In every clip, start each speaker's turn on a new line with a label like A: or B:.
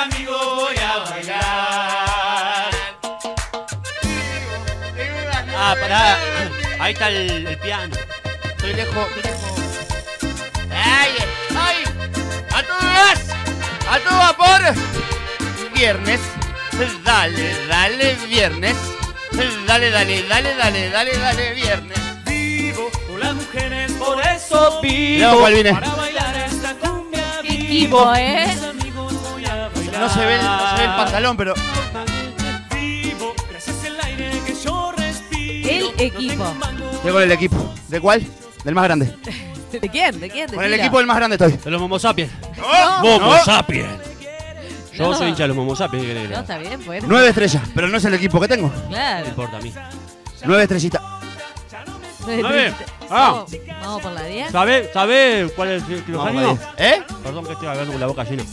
A: amigo voy a bailar. Ah, pará. Ahí está el, el piano. Estoy lejos, estoy lejos. ¡Ay! ¡Ay! ¡A todas! ¡A todo vapor! Viernes. Dale, dale, viernes. Dale, dale, dale, dale, dale, dale, viernes.
B: Vivo por las mujeres, por eso vivo.
A: Luego, Malvine.
B: Para bailar esta cumbia
C: Qué
B: vivo.
C: equipo, ¿eh?
B: Mis amigos voy a bailar.
A: No se ve, el- no se ve el pantalón, pero.
B: Vivo, gracias al aire que yo respiro.
C: El
B: No
C: equipo.
B: tengo mango.
A: Estoy con el equipo. ¿De cuál? Del más grande.
C: ¿De quién? ¿De quién?
A: Con el
C: Decila.
A: equipo del más grande estoy.
D: De los Momo Sapiens.
A: ¡No!
D: Momo
A: No.
D: Sapiens. Yo
C: No.
D: soy hincha de los Momo Sapiens. ¿qué querés que le
C: No,
D: haga?
C: está bien, bueno.
A: Nueve estrellas, pero no es el equipo que tengo.
D: No
C: Claro.
D: importa a mí.
A: Nueve estrellitas.
D: bien.
C: Vamos- Vamos por la 10.
D: ¿Sabés sabe cuál es el
A: Vamos,
D: criogénico?
A: Madrid. ¿Eh?
D: Perdón que estoy hablando con la boca llena.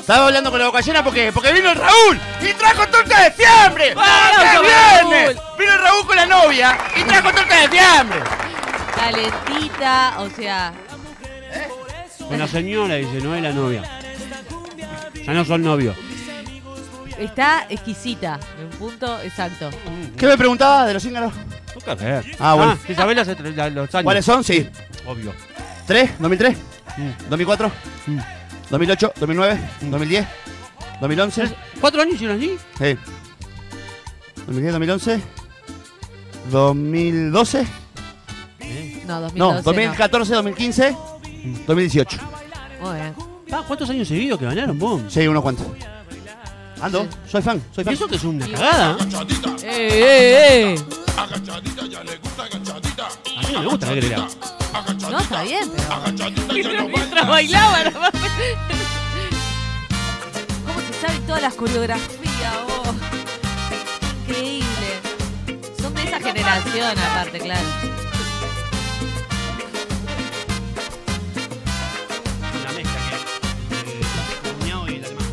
A: Estaba hablando con la boca llena porque, porque vino el Raúl y trajo torta de fiambre.
C: ¡Vamos,
A: ¡Es viernes!
C: Raúl!
A: Vino el Raúl con la novia y trajo torta de fiambre.
C: Calentita, o sea,
D: Con la señora dice, no es la novia. Ya no son novios.
C: está exquisita. En un punto exacto.
A: ¿Qué me preguntaba de los cíngaros?
D: ¿Tú qué ves?
A: Ah, bueno.
D: si sabés las, la- los años.
A: ¿Cuáles son? Sí.
D: Obvio.
A: ¿Tres? ¿2003?
D: Mm.
A: ¿2004?
D: Mm.
A: ¿2008? ¿2009? ¿2010? ¿2011?
D: ¿Cuatro años hicieron así?
A: Sí. 2010, 2011. 2012.
C: No, 2012.
A: No, 2014, 2015,
D: Mm.
A: 2018.
C: Muy bien.
D: Pa, Ah, ¿Cuántos años seguidos que ganaron, vos?
A: Sí, unos cuantos. Ando, soy fan, soy
D: Y
A: fan.
D: eso que es una cagada. ¿eh?
C: ¡Eh, eh, eh!
D: A mí no me gusta que le haga.
C: No, está bien, pero. Mientras bailaba, nomás. ¿Cómo se saben todas las coreografías, vos? Increíble. Son de esa generación, aparte, claro.
D: La mezcla que el cuñado y el alemán.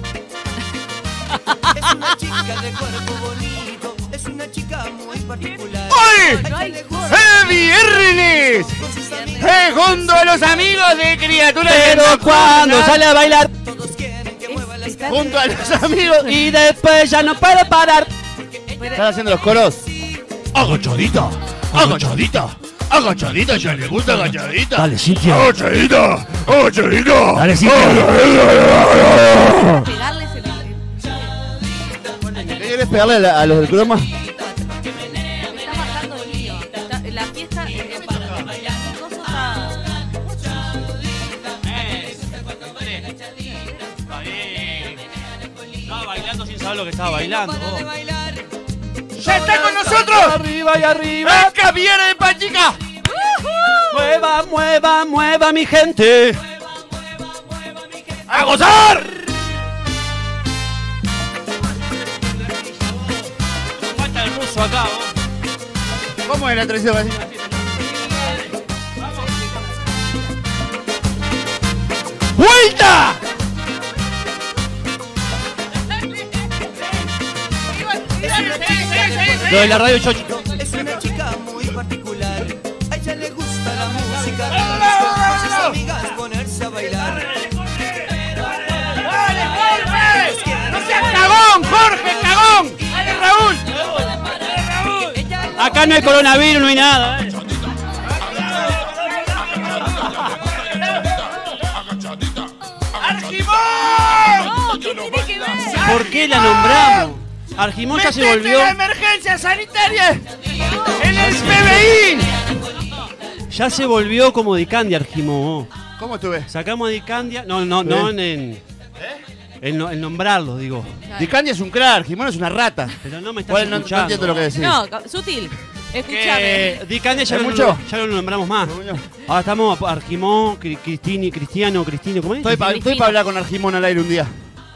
E: Es una chica de cuerpo bonito, es una chica muy particular.
A: ¡Hoy!
C: No hay joda.
A: ¡Es viernes!
E: Con sus amigos
A: Segundo a los amigos de criaturas
D: Pero cuando sale a bailar
E: todos quieren que mueva las
C: está-
E: caderas.
A: Junto a los amigos y...
D: y después ya no puede parar.
A: ¿Estás haciendo los coros?
F: Agachadita, agachadita, agachadita, ya le gusta agachadita.
D: Dale, Cintia.
F: Agachadita, agachadita.
D: Dale, Cintia.
C: Pegarles en el.
A: ¿Qué querés pegarle a, la- a los del croma?
C: Me está bajando el lío. Está- La fiesta. eh, la cosa está-
D: Estaba bailando sin saber lo que estaba bailando. oh.
A: ¡Ya está con nosotros!
D: Arriba y arriba.
A: ¡Venga, Javier de Pachica!
D: Mueva, mueva, mueva mi gente.
A: ¡A gozar!
D: Falta el ruso acá. ¿no?
A: ¿Cómo es la tradición? Pachica? ¡Vuelta!
D: Lo de la radio Chochi.
E: Es una chica muy particular. A ella le gusta la música. Con sus amigas ponerse a bailar. Todos quieren que
A: ¡Cagón, Jorge, cagón! ¡Dale, Raúl!
D: Acá no hay coronavirus, no hay nada. ¿eh?
C: No, ¿qué tiene que ver?
D: ¿Por qué la nombramos? Argimón ya se volvió,
A: la emergencia sanitaria! ¡En el PBI!
D: ya se volvió como Dicandia Argimón.
A: ¿Cómo estuve?
D: Sacamos a Dicandia, no, no, no en, en, en no- en nombrarlo, digo.
A: Dicandia es un crack, Jimón es una rata.
D: Pero no me estás
A: Igual no, no
D: escuchando.
A: entiendo lo que decís.
C: No, ca- sutil. Escúchame.
D: Que Dicandia ya,
A: ¿Es
D: no-
A: mucho?
D: ya no lo nombramos más.
A: Coño.
D: Ahora estamos a Argimón, Cri- Cristini, Cristiano, Cristino, ¿cómo es?
A: Estoy para
C: Cristina.
A: hablar con Argimón al aire un día.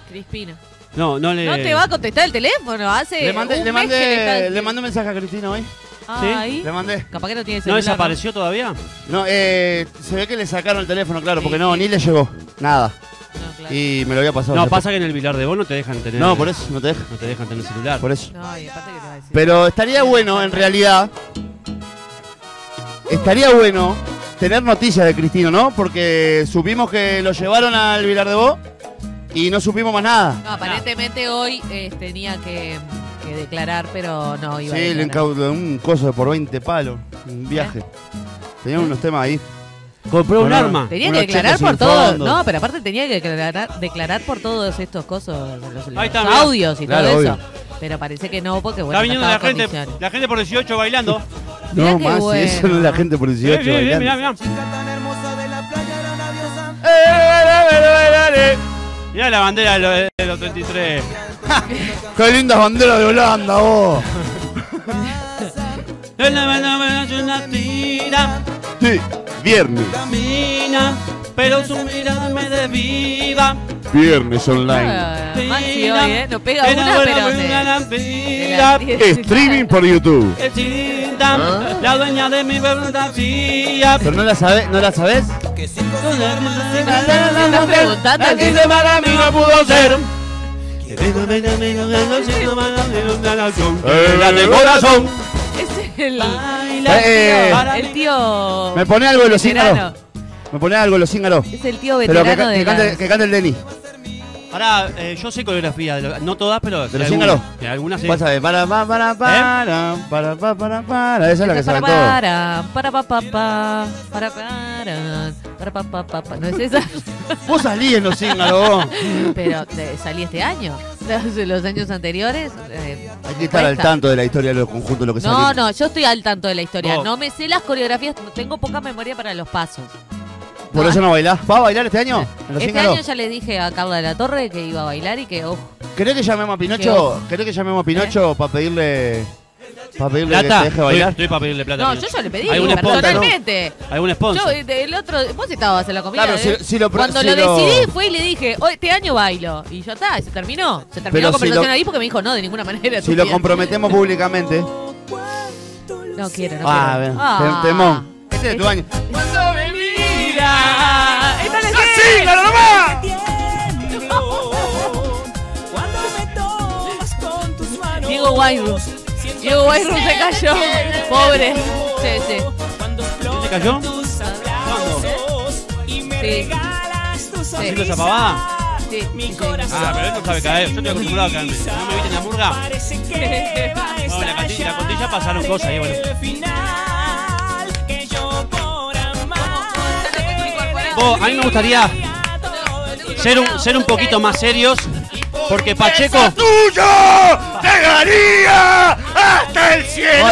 C: Crispina.
D: No, no le...
C: No te va a contestar el teléfono. Hace.
A: Le mandé,
C: un
A: le,
C: mes que
A: mandé,
C: le
A: le mandé un mensaje a Cristina hoy.
C: está-
D: ¿Sí?
C: Ay,
A: Le mandé.
C: Capaz que no tiene
D: ¿No
C: celular.
D: desapareció todavía?
A: No, eh, se ve que le sacaron el teléfono, claro, porque
C: Sí,
A: no,
C: sí.
A: ni le llegó. Nada.
C: No, claro.
A: Y me lo había pasado.
D: No,
A: después.
D: pasa que en el Vilar de vos no te dejan tener...
A: No, por eso, no te deja.
D: No te dejan tener celular.
A: Por eso.
C: No, y aparte que te va a decir.
A: Pero estaría bueno, en realidad. Estaría bueno tener noticias de Cristino, ¿no? Porque supimos que lo llevaron al Vilar de Bo y no supimos más nada.
C: No, aparentemente hoy eh, tenía que, que declarar, pero no iba a
A: sí, le
C: declarar.
A: encaudó un coso por 20 palos,
C: ¿Eh?
A: un viaje. Tenían unos temas ahí.
D: Compró un
A: Bueno,
D: arma.
C: Tenía que
A: Unos
C: declarar
A: cheques
C: por
A: sin
C: todo.
A: fondo.
C: No, pero aparte tenía que declarar, declarar por todos estos cosos, los, los
D: Ahí está, mirá.
C: audios y
A: Claro,
C: todo
A: obvio.
C: eso. Pero parece que no, porque bueno,
D: Está viniendo
C: no
D: la
C: estaba en
D: gente,
C: condiciones.
D: la gente por 18 bailando.
C: Mirá
A: no,
C: qué
A: más, si
C: bueno.
A: eso no es la gente por 18
D: Mirá, mirá, mirá,
A: bailando.
D: mirá.
E: Chica tan hermosa de la playa era una diosa.
D: Mirá la bandera de los, de los 33.
A: ¡Qué lindas banderas de Holanda, vos!
D: Una tira,
A: Sí, viernes.
D: mina, pero su mirada me desviva.
A: Viernes online.
C: Ah, Maxi hoy, ¿eh? No pega una,
D: bueno,
C: pero
D: me una
C: se- se
D: lampira.
C: la tiene.
A: Streaming por YouTube.
D: Es cinta, la dueña de mi fantasía.
A: ¿Pero no la sabes? ¿No la sabes?
E: Que cinco
C: ¿Te estás preguntando?
D: para mí no pudo ser.
F: Eh.
A: de corazón.
C: Es el,
A: Eh,
C: el tío
A: Me pone algo de los cíngaros.
C: veterano.
A: Me pone algo de los cíngaros.
C: Es el tío
A: Pero que, ca-
C: veterano de
A: que cante,
C: la-
A: que cante el Denis.
D: Pará, eh, yo sé coreografía, de lo- no todas, pero.
A: Pero
D: algunas.
A: síngalo.
D: De algunas sí.
A: Pasa de para, para, para, para, para, para, para, para. Esa es la que saben todos.
C: para, para, para, para, para, para, para, para, para, para, para, para. ¿No es esa?
A: Vos salís en los cíngaros, vos.
C: Pero eh, salí este año. Los, los años anteriores. eh,
A: Hay que estar al
C: cuesta.
A: tanto de la historia de los conjuntos, lo que
C: No,
A: salimos.
C: no, yo estoy al tanto de la historia.
D: Vos.
C: No me sé las coreografías, tengo poca memoria para los pasos.
A: Por
C: no.
A: eso no bailás. ¿Vas a bailar este año? En los
C: Este
A: cíngaros.
C: año ya le dije a Carla de la Torre que iba a bailar y que, ojo,
A: ¿Querés que llamemos a Pinocho? ¿Querés que llamemos a Pinocho para pedirle. para pedirle que
D: Plata,
A: te deje
D: estoy,
A: bailar?
D: estoy para pedirle plata.
C: No, yo
D: también.
C: ya le pedí,
D: Hay un sponsor,
C: personalmente.
D: ¿Algún sponsor?
C: Yo, eh, el otro, vos estabas en la comida.
A: Claro,
C: ¿eh?
A: si- si lo pro-
C: Cuando
A: si
C: lo
A: lo-
C: decidí, fue y le dije, "Hoy- este año bailo. Y ya está, y se terminó. Se terminó
A: Pero
C: la
A: si
C: conversación
A: lo-
C: ahí porque me dijo, no, de ninguna manera.
A: Si lo
C: estúpida".
A: comprometemos públicamente.
C: No quiero, no
A: Ah,
C: quiero.
A: bien. Tem- Temón. Este es tu año.
C: Ah, esta es la que-
G: Cuando me tomas con tus manos.
C: Diego Guayrus. Diego Guayrus se cayó. Pobre. Sí, sí.
G: Cuando
D: ¿Se cayó?
G: explotas y me
C: Sí.
G: regalas tus
C: Sí.
D: ¿Haciendo esa pavada?
C: Sí, sí, sí.
D: Ah, pero él no sabe caer. Yo estoy acostumbrado a caerme. ¿No me viste en la murga?
G: Parece que va a
D: No, la cantilla, la
G: estallar
D: costilla pasaron cosas ahí, bueno.
G: el final que yo por amarte
D: Vos, a mí me gustaría ser un, ser un poquito más serios, porque Pacheco...
F: tuyo! ¡Llegaría hasta el cielo!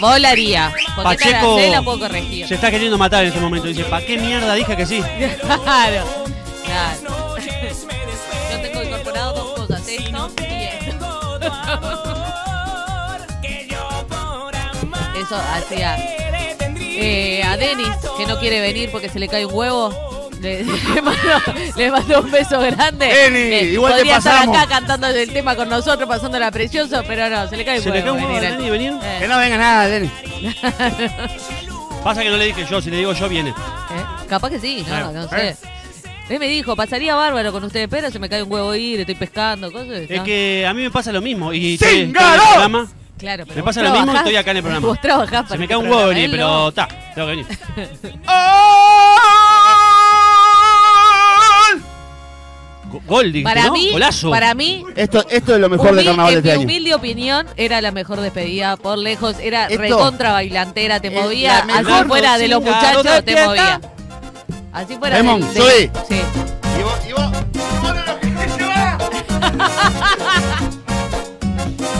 C: Vos la haría, vos la haría. Porque esta
D: Pacheco
C: la sé, la puedo corregir.
D: se está queriendo matar en este momento. Dice, ¿para qué mierda dije que sí?
C: Claro. Claro. Yo tengo incorporado dos cosas, esto y esto. Eso hacía eh, a Denis, que no quiere venir porque se le cae un huevo. Le, le mando, le mando un beso grande.
A: Denis,
C: Que
A: igual te
C: podría
A: pasamos.
C: estar acá cantando el tema con nosotros, pasándola precioso, pero no, se le cae un
D: Se le
C: huevo. Eh,
D: cae un huevo a
C: venir al-
D: Denis, venir.
A: Que no venga nada, Denis.
D: Pasa que no le dije yo, si le digo yo viene.
C: ¿Eh? Capaz que sí, no, no
D: eh.
C: sé. Él me dijo, pasaría bárbaro con ustedes, pero se me cae un huevo ir, estoy pescando, cosas.
D: Es
C: ¿no?
D: que a mí me pasa lo mismo. Y estoy- estoy en el
F: ¡Cíngaro!
D: programa,
C: Claro, pero
D: Me
C: vos
D: pasa lo mismo y
C: trabajás-
D: estoy acá en el programa.
C: Vos trabajás
D: Se
C: para
D: me
C: este
D: cae un
C: programa,
D: huevo venir,
C: él
D: pero
C: no.
D: está, tengo que venir. Go- Gol, dijiste,
C: Para
D: ¿no?
C: mí,
D: Golazo.
C: para mí,
A: Esto, esto es lo mejor de
C: humil-
A: carnaval de
C: en mi
A: este año.
C: humilde opinión, era la mejor despedida por lejos. Era
A: Esto
C: recontra bailantera, te
A: es
C: movía.
A: la
C: Así
A: mejor
C: fuera de los
D: cocina, ¿dónde
C: muchachos, te
D: está?
C: movía. Así fuera
A: Lemon,
C: de, de-
A: soy.
C: Sí.
A: Y vos, y vos.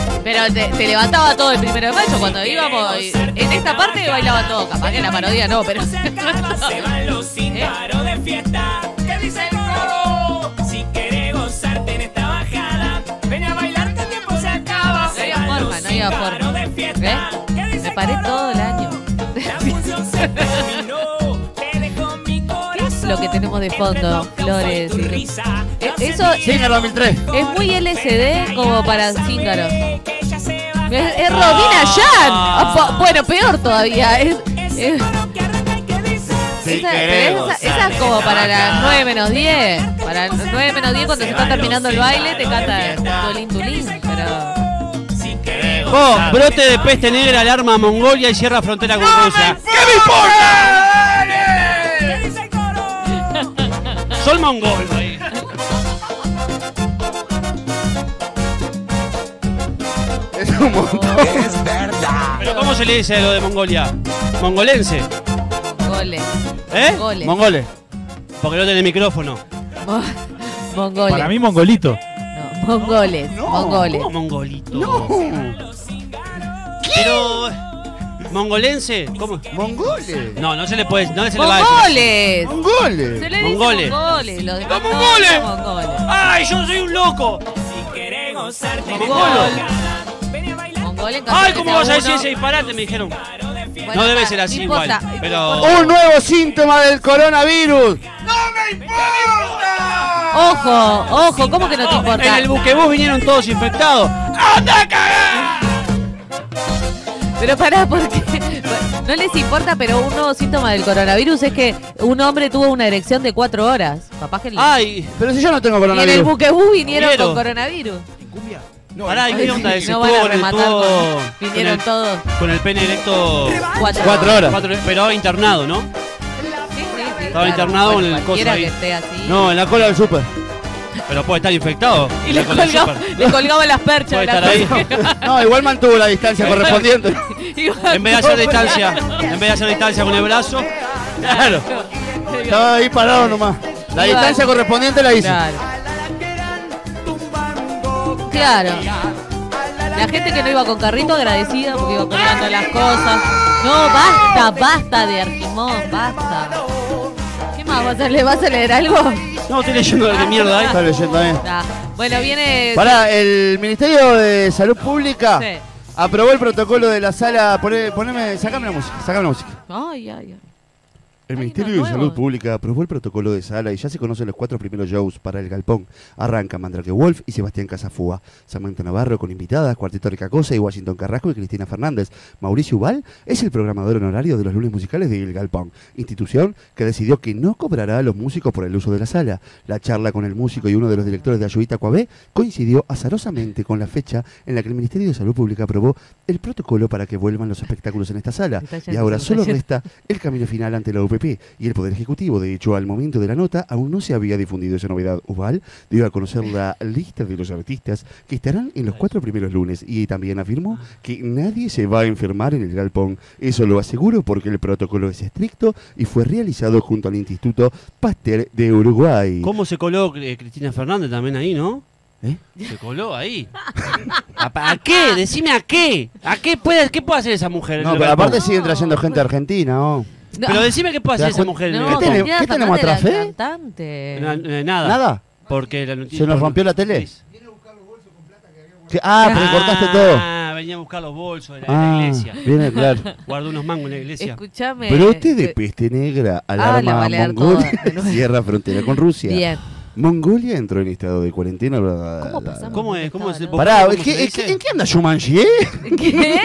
C: Pero te, te levantaba todo el primero de mayo cuando íbamos. y- en esta parte bailaba todo. Capaz que en la parodia no, ¿Eh? pero.
G: se van los cíntaros de fiesta ¿Qué dice el coro?
C: "Oh".
G: Si querés gozarte en esta bajada Ven a bailar que el tiempo se acaba
C: No había forma, no había
G: cíntaros
C: forma.
G: de fiesta ¿Qué
C: ¿Ves?
G: dice
C: Me
G: el
C: paré
G: coro?
C: todo el año.
G: La función se terminó Te dejo mi corazón
C: ¿Qué es lo que tenemos de
G: entre
C: fondo,
G: tu causa
C: Flores?
G: y tu risa?
C: Eh,
G: No sé
C: Eso
A: Singer 2003.
C: es muy LCD como para cíngaros.
G: que ya se va
C: Es, es Romina Yan. Ah, po- bueno, peor todavía. Es,
G: Ese
C: es-
G: coro que arranca y que dice
A: Si
C: esa,
A: querés
C: pero esa-
A: gozar
C: esa
A: en
C: es como
A: esta
C: para
A: bajada.
C: las 9 menos 10. eh, Para las 9 menos 10 cuando se está terminando el baile te canta Tulín Tulín. Pero
D: Vos, Oh, brote de peste negra, alarma a Mongolia y cierra frontera con Rusia.
F: ¿Qué me importa?
G: ¿Qué dice el coro?
D: Sol mongol. ahí.
A: un montón.
D: Pero ¿cómo se le dice lo de Mongolia? Mongolense.
C: Gole.
D: ¿Eh?
C: Gole.
A: Mongoles.
D: Porque no tiene micrófono.
C: Mo- mongoles.
H: Para mí, mongolito.
C: No, mongoles. mongoles.
D: ¿Cómo mongolito? Pero. ¿Mongolense? ¿Cómo?
A: Mongoles.
D: No, no se le puede. No se le va a decir.
C: Mongoles. Se
A: Mongoles.
C: le dice
D: Mongoles.
C: mongoles. Los demás
D: ¡Los
C: no
D: mongoles!
C: son mongoles.
D: ¡Ay, yo soy un loco!
G: Querés gozarte en
D: Mongolo.
G: esta bajada. Ven a bailar
C: Mongoles,
D: ¡Ay,
C: entonces,
D: cómo
C: está
D: vas a decir
C: uno.
D: ese disparate! Me dijeron.
C: Bueno,
D: No debe
C: está,
D: ser
C: no
D: así
C: importa,
D: igual.
C: no
D: Pero.
C: importa.
A: Un nuevo síntoma del coronavirus.
C: Ojo, ojo, ¿cómo que no te
D: Oh, En
C: importa?
D: el buquebús vinieron todos infectados.
C: Pero pará, porque no les importa, pero un nuevo síntoma del coronavirus es que un hombre tuvo una erección de cuatro horas. Papá que le-
D: ¡Ay!
A: Pero si yo no tengo
C: Y en el
A: coronavirus.
C: buquebú vinieron
D: Cumbieron.
C: con coronavirus.
D: Pará, ¿y ¿qué onda ese?
C: no van
D: Estuvo
C: a
D: en el
C: rematar.
D: tubo-
C: con-
D: con
C: Vinieron
D: el-
C: todos.
D: Con el pene erecto.
C: Cuatro,
A: Cuatro horas.
D: Cuatro- pero internado, ¿no?
C: Sí, sí, sí,
D: Estaba internado en el coso
C: cualquiera
D: ahí.
C: que esté así.
A: No, en la cola del súper.
D: Pero puede estar infectado.
C: Y le
D: Con el
C: colgamos,
D: súper.
C: le colgamos las perchas.
D: Puede
C: de la
D: estar ahí.
C: persona.
A: No, igual mantuvo la distancia correspondiente.
C: Igual-
D: En vez de hacer distancia, en vez de hacer distancia con el brazo, claro.
A: Estaba ahí parado nomás. La
C: Iba.
A: distancia correspondiente la hice.
C: Claro. Claro. La gente que no iba con carrito agradecida porque iba comprando las cosas. No, basta, basta de Arquimón, basta. ¿Qué más? ¿Vas a, ¿Le vas a leer algo?
D: No, estoy leyendo de qué mierda ¿eh? hay.
A: Está leyendo ahí.
C: Da. Bueno, viene.
A: Pará, el Ministerio de Salud Pública
C: Sí.
A: aprobó el protocolo de la sala. Poné, poneme, sacame la música, sacame la música.
C: Ay, ay, ay.
A: El
C: Ay,
A: Ministerio
C: no,
A: de
C: nuevo.
A: Salud Pública aprobó el protocolo de sala y ya se conocen los cuatro primeros shows para el galpón. Arranca Mandrake Wolf y Sebastián Casafúa. Samantha Navarro con invitadas, Cuarteto Ricacosa y Washington Carrasco y Cristina Fernández. Mauricio Ubal es el programador honorario de los lunes musicales de El Galpón, institución que decidió que no cobrará a los músicos por el uso de la sala. La charla con el músico y uno de los directores de Ayuita Coabé coincidió azarosamente con la fecha en la que el Ministerio de Salud Pública aprobó el protocolo para que vuelvan los espectáculos en esta sala.
C: Está yendo,
A: Y ahora
C: se me
A: solo
C: está
A: resta el camino final ante la UPP y el Poder Ejecutivo. De hecho, al momento de la nota aún no se había difundido esa novedad. Ubal dio a conocer la lista de los artistas que estarán en los cuatro primeros lunes y también afirmó que nadie se va a enfermar en el galpón. Eso lo aseguro porque el protocolo es estricto y fue realizado junto al Instituto Pasteur de Uruguay.
D: ¿Cómo se coló eh, Cristina Fernández también ahí, no?
A: ¿Eh?
D: Se coló ahí. ¿A, a qué? Decime a qué. ¿A qué puede, qué puede hacer esa mujer? en
A: No,
D: el
A: pero
D: galpón?
A: aparte siguen trayendo gente argentina, oh. ¿no?
C: No,
D: Pero decime qué puede
A: ¿Te
D: hacer
A: das
D: esa
A: cuenta?
D: mujer en el
C: no,
A: ¿Qué
D: galpón.
A: tenemos-
C: Cristina
A: qué tenemos
C: Fernández
A: atrás, eh?
C: era
A: Fe?
C: Cantante.
D: Na- eh, nada.
A: ¿Nada?
D: Porque la noticia-
A: ¿Se nos
D: por-
A: rompió la tele?
D: Sí.
A: Que- ah, porque cortaste todo.
D: Ah, venía a buscar los bolsos de la, de la
A: Ah,
D: iglesia.
A: viene claro.
D: Guardó unos mangos en la iglesia.
C: Escúchame.
A: Brote de
C: eh,
A: peste negra
C: Ah, la va
A: alarma
C: a
A: a
C: leer
A: Mongolia.
C: toda, de nuevo.
A: Cierra frontera con Rusia.
C: Bien.
A: Mongolia entró en estado de cuarentena. bla, bla, bla,
C: ¿Cómo
A: bla.
C: pasamos?
D: ¿Cómo es? ¿Cómo es?
C: ¿Qué?
A: Pará,
D: ¿cómo se
A: ¿qué-
D: dice?
A: qué- ¿en qué anda Shumanji, eh?
C: ¿Qué?
A: ¿En qué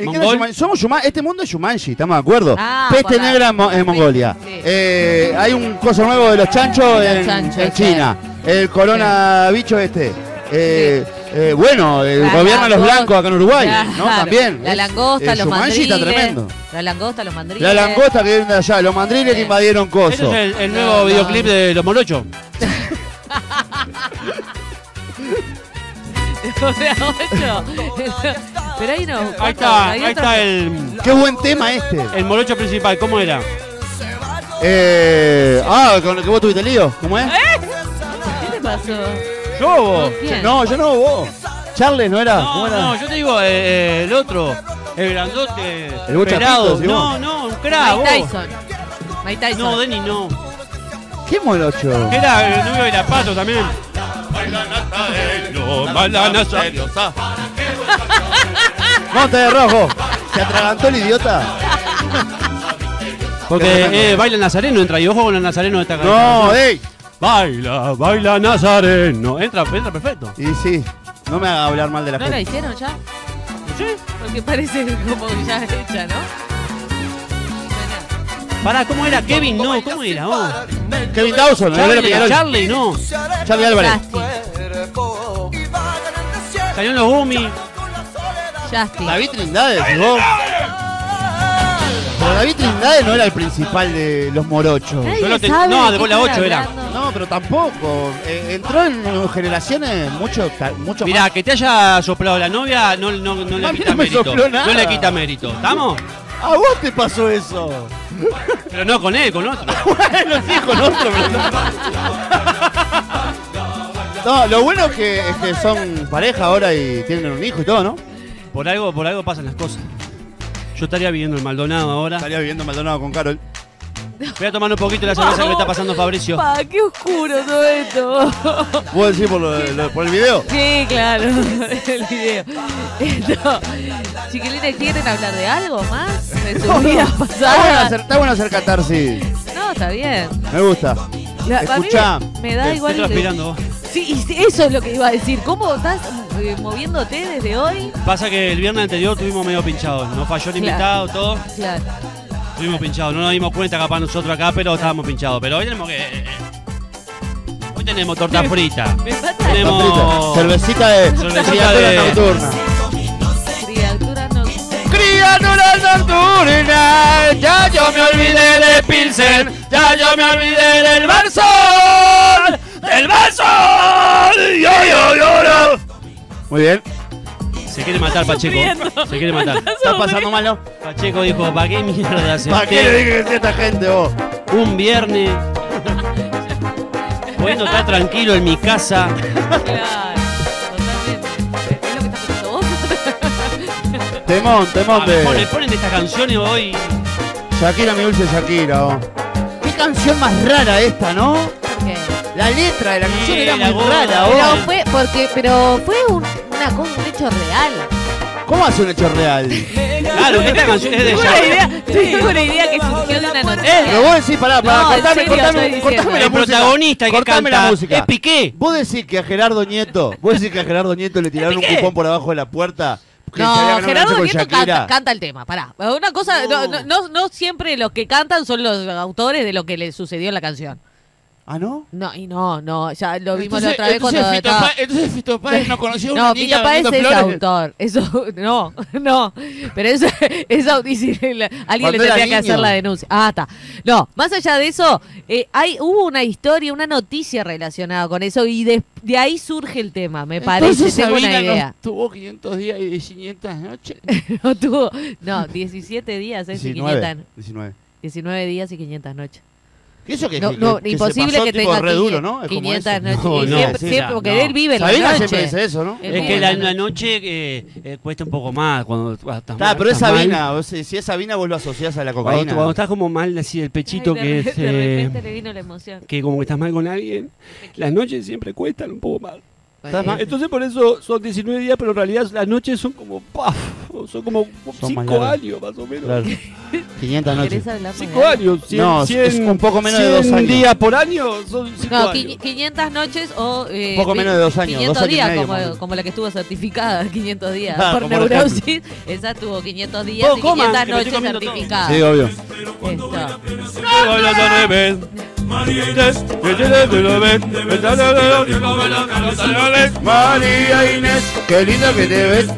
A: anda
D: ¿Mongol?
A: Shumanji? Somos Shuma- este mundo es Shumanji, estamos de acuerdo.
C: Ah,
A: Peste
C: pará.
A: negra en, Mo- en Mongolia.
C: Sí.
A: Eh, hay un coso nuevo de los chanchos
C: De los
A: en,
C: chanchos,
A: en
C: sí.
A: China. El coronabicho este. Eh, eh, bueno, el
C: La
A: gobiernan los
C: langosta.
A: blancos acá en Uruguay, ¿no?
C: Claro.
A: También.
C: La
A: Es-
C: langosta,
A: el
C: los
A: Shumanji
C: mandriles.
A: está tremendo.
C: La langosta, los mandriles.
A: La langosta que viene de allá, los mandriles que
C: Sí.
A: invadieron
D: Ese
A: coso.
D: es el, el
C: No,
D: nuevo
C: no.
D: videoclip de Los Morochos.
C: Ocho. Pero ahí no.
D: Ahí está,
C: hay
D: ahí
C: otro-
D: está el,
A: Qué buen tema este.
D: el morocho principal. ¿Cómo era?
A: Eh, ah, con el que vos tuviste lío, ¿cómo es?
C: ¿Eh? ¿Qué te pasó?
D: ¿Yo o vos?
C: ¿Quién?
A: No, yo no, vos. Charles no era.
D: No,
A: ¿Cómo era?
D: no, yo te digo, eh, eh, el otro, el grandote,
A: El Bocha
D: pelado.
A: Pito, si
D: No,
A: vos.
D: no, un
C: Mike
D: cravo.
C: Tyson. Mike Tyson.
D: No, Denny no.
A: ¿Qué morocho?
D: Que Era el novio de la pato también.
A: Monte de rojo. Se atragantó el idiota.
D: Porque eh, baila nazareno, entra y ojo con el nazareno de esta
A: No, eh. ey.
D: Baila, baila nazareno. Entra, entra perfecto.
A: Y sí, no me haga hablar mal de la
C: ¿No la
A: gente.
C: hicieron ya? Porque parece como ya hecha, ¿no? Suena.
D: Pará, ¿cómo era Kevin? No, ¿cómo era? Oh.
A: Kevin Dawson, el
D: Charlie,
A: héroe Peñarol.
D: Charlie, no.
A: Charlie Álvarez.
C: Justin.
D: Salieron los Gumi.
C: Justin.
A: David Trindade, si vos. David Trindade no era el principal de los morochos.
C: Nadie
D: Yo lo te-
C: sabe
D: no, de
C: qué
D: bola
C: están
D: ocho era.
C: hablando.
A: No, pero tampoco. Eh, entró en generaciones mucho, ta- mucho
D: Mirá, que te haya soplado la novia no, no, no le
A: A mí
D: quita
A: no me
D: mérito.
A: sopló nada.
D: No le quita mérito. ¿Estamos?
A: más. ¿A vos te pasó eso?
D: Pero no con él, con otro.
A: bueno, sí, con otro, pero no. No, lo bueno es que este, son pareja ahora y tienen un hijo y todo, ¿no?
D: Por algo, por algo pasan las cosas. Yo estaría viviendo el Maldonado ahora.
A: Estaría viviendo Maldonado con Carol.
D: Voy a tomar un poquito de la cerveza que me está pasando Fabricio.
C: Pa, qué oscuro todo esto.
A: ¿Vos decís por, lo- lo- por el video?
C: Sí, claro, el video. Esto. Chiquilines, ¿quieren hablar de algo más? De sus vidas
A: Está bueno,
C: pasadas.
A: hacer, está bueno hacer catarsis.
C: No, está bien.
A: Me gusta.
C: La- a mí
A: Escuchá.
C: Me da
D: Estoy
C: igual. que-
D: transpirando vos.
C: Sí, y eso es lo que iba a decir. ¿Cómo estás eh, moviéndote desde hoy?
D: Pasa que el viernes anterior tuvimos medio pinchados. Nos falló el invitado, todo.
C: Claro.
D: Estuvimos pinchados. No nos dimos cuenta capaz nosotros acá, pero estábamos pinchados. Pero hoy tenemos que. eh, Hoy tenemos torta frita.
C: Me falta la
A: Paprita.
D: Tenemos.
A: Cervecita de.
D: Cervecita
A: criatura
D: de-
A: nocturna.
C: criatura no.
A: Criatura nocturna. Ya yo me olvidé de Pilsen. Ya yo me olvidé del Barzón. ¡Del Barzón! ¡Yo, yo, yo, Muy bien.
D: Se quiere matar Pacheco. Se quiere matar.
A: ¿Está pasando mal, no?
D: Pacheco dijo, ¿para qué mierda
A: ¿Para qué
D: acepté
A: le dije que sí a esta gente vos?
D: un viernes? Pudiendo estar tranquilo en mi casa.
C: Claro. Totalmente. ¿Es lo que estás pensando vos?
A: Temón, temón
D: Ah, me ponen,
A: de.
D: ponen de estas canciones hoy.
A: Shakira, mi dulce Shakira, vos. Qué canción más rara esta, ¿no?
C: Ok.
A: La letra de la canción era
D: la
A: muy
D: voz.
A: rara,
D: Era
A: vos.
C: Pero fue, porque, pero fue un, una, cosa, un hecho real.
A: ¿Cómo hace un hecho real?
C: Eh.
D: Claro, esta canción es de
C: Tengo
D: ella.
C: una idea, tengo una idea que surgió de una
A: Pero
C: noticia.
A: vos decís, pará, pará,
C: No, en
A: cortame,
C: serio
A: cortame,
C: estoy
A: cortame la
C: diciendo.
D: El
A: música.
D: protagonista que
A: cortame
D: canta
A: la música.
D: es Piqué.
A: Vos decís que a Gerardo Nieto, vos decís que a Gerardo Nieto le tiraron un cupón por abajo de la puerta. que se había
C: No,
A: ganado una noche
C: Gerardo
A: con
C: Nieto
A: Shakira.
C: canta, canta el tema, pará. Una cosa, no, no, no, no siempre los que cantan son los autores de lo que le sucedió en la canción.
A: Ah, ¿no?
C: No, y no, no, ya lo vimos la
F: Entonces-
C: otra vez cuando
F: entonces Fito
C: estaba-
F: Pa- Entonces Fito Páez no conoció a una
C: No,
F: niña
C: Pito Páez es
F: vendiendo flores.
C: autor. Eso, no, no. Pero eso es autísimo. Alguien
A: Cuando
C: le tendría
A: era
C: que hacer
A: niño.
C: la denuncia. Ah, está. No, más allá de eso, eh, hay, hubo una historia, una noticia relacionada con eso y de, de ahí surge el tema, me parece.
F: Entonces
C: Tengo
F: Sabina
C: una
F: no
C: idea.
F: tuvo 500 días y 500 noches.
C: No, tuvo, no 17 días, ¿eh? es y 500,
A: 19.
C: 19 días y 500 noches.
A: ¿Y eso que
C: No,
A: que-
C: no,
A: que se
C: imposible
A: pasó,
C: que
A: tipo,
C: tenga
A: re duro, ¿no? Es como
C: 500
A: eso.
C: noches.
D: No,
C: Y
D: no,
C: siempre,
A: sí,
C: siempre,
A: no,
C: porque
A: no.
C: él vive en la
A: Sabina
C: noche.
A: siempre dice eso, ¿no?
C: Él
D: Es
C: vive
D: que
C: en
D: la, la noche eh, eh, cuesta un poco más. Cuando estás
A: Está,
D: mal,
A: pero es
D: estás mal.
A: Sabina. vos- si, si es Sabina, vos lo asociás a la
D: Cuando,
A: cocaína.
D: cuando estás como mal, así el
C: Ay,
D: pechito
C: de
D: que
C: repente-
D: es.
C: De
D: eh,
C: repente le vino la emoción.
D: que como que estás mal con alguien, las noches siempre cuestan un poco más.
A: ¿Estás mal?
D: Entonces por eso son 19 días, pero en realidad las noches son como paf, son como
A: Son más
D: 5
A: largas.
D: años más o menos.
A: Claro. 500 noches.
C: ¿Querés hablar más de
D: 5
C: algo?
D: años, 100,
A: No, es un poco menos de dos años.
D: días por año son 5
C: No, qui-
D: años.
C: 500 noches o... eh,
A: Poco menos de dos años,
C: 500
A: dos años y
C: días,
A: medio, más o
C: como,
A: menos.
C: como la que estuvo certificada, 500 días
A: Ah,
C: por
A: como la
C: neurosis. Esa tuvo 500 días
D: Vos
C: y
D: coman,
C: 500
D: que me estoy
C: noches
D: comiendo todo.
C: certificadas.
A: Sí, obvio.
C: Esto.
A: María Inés, qué lindo que te ves.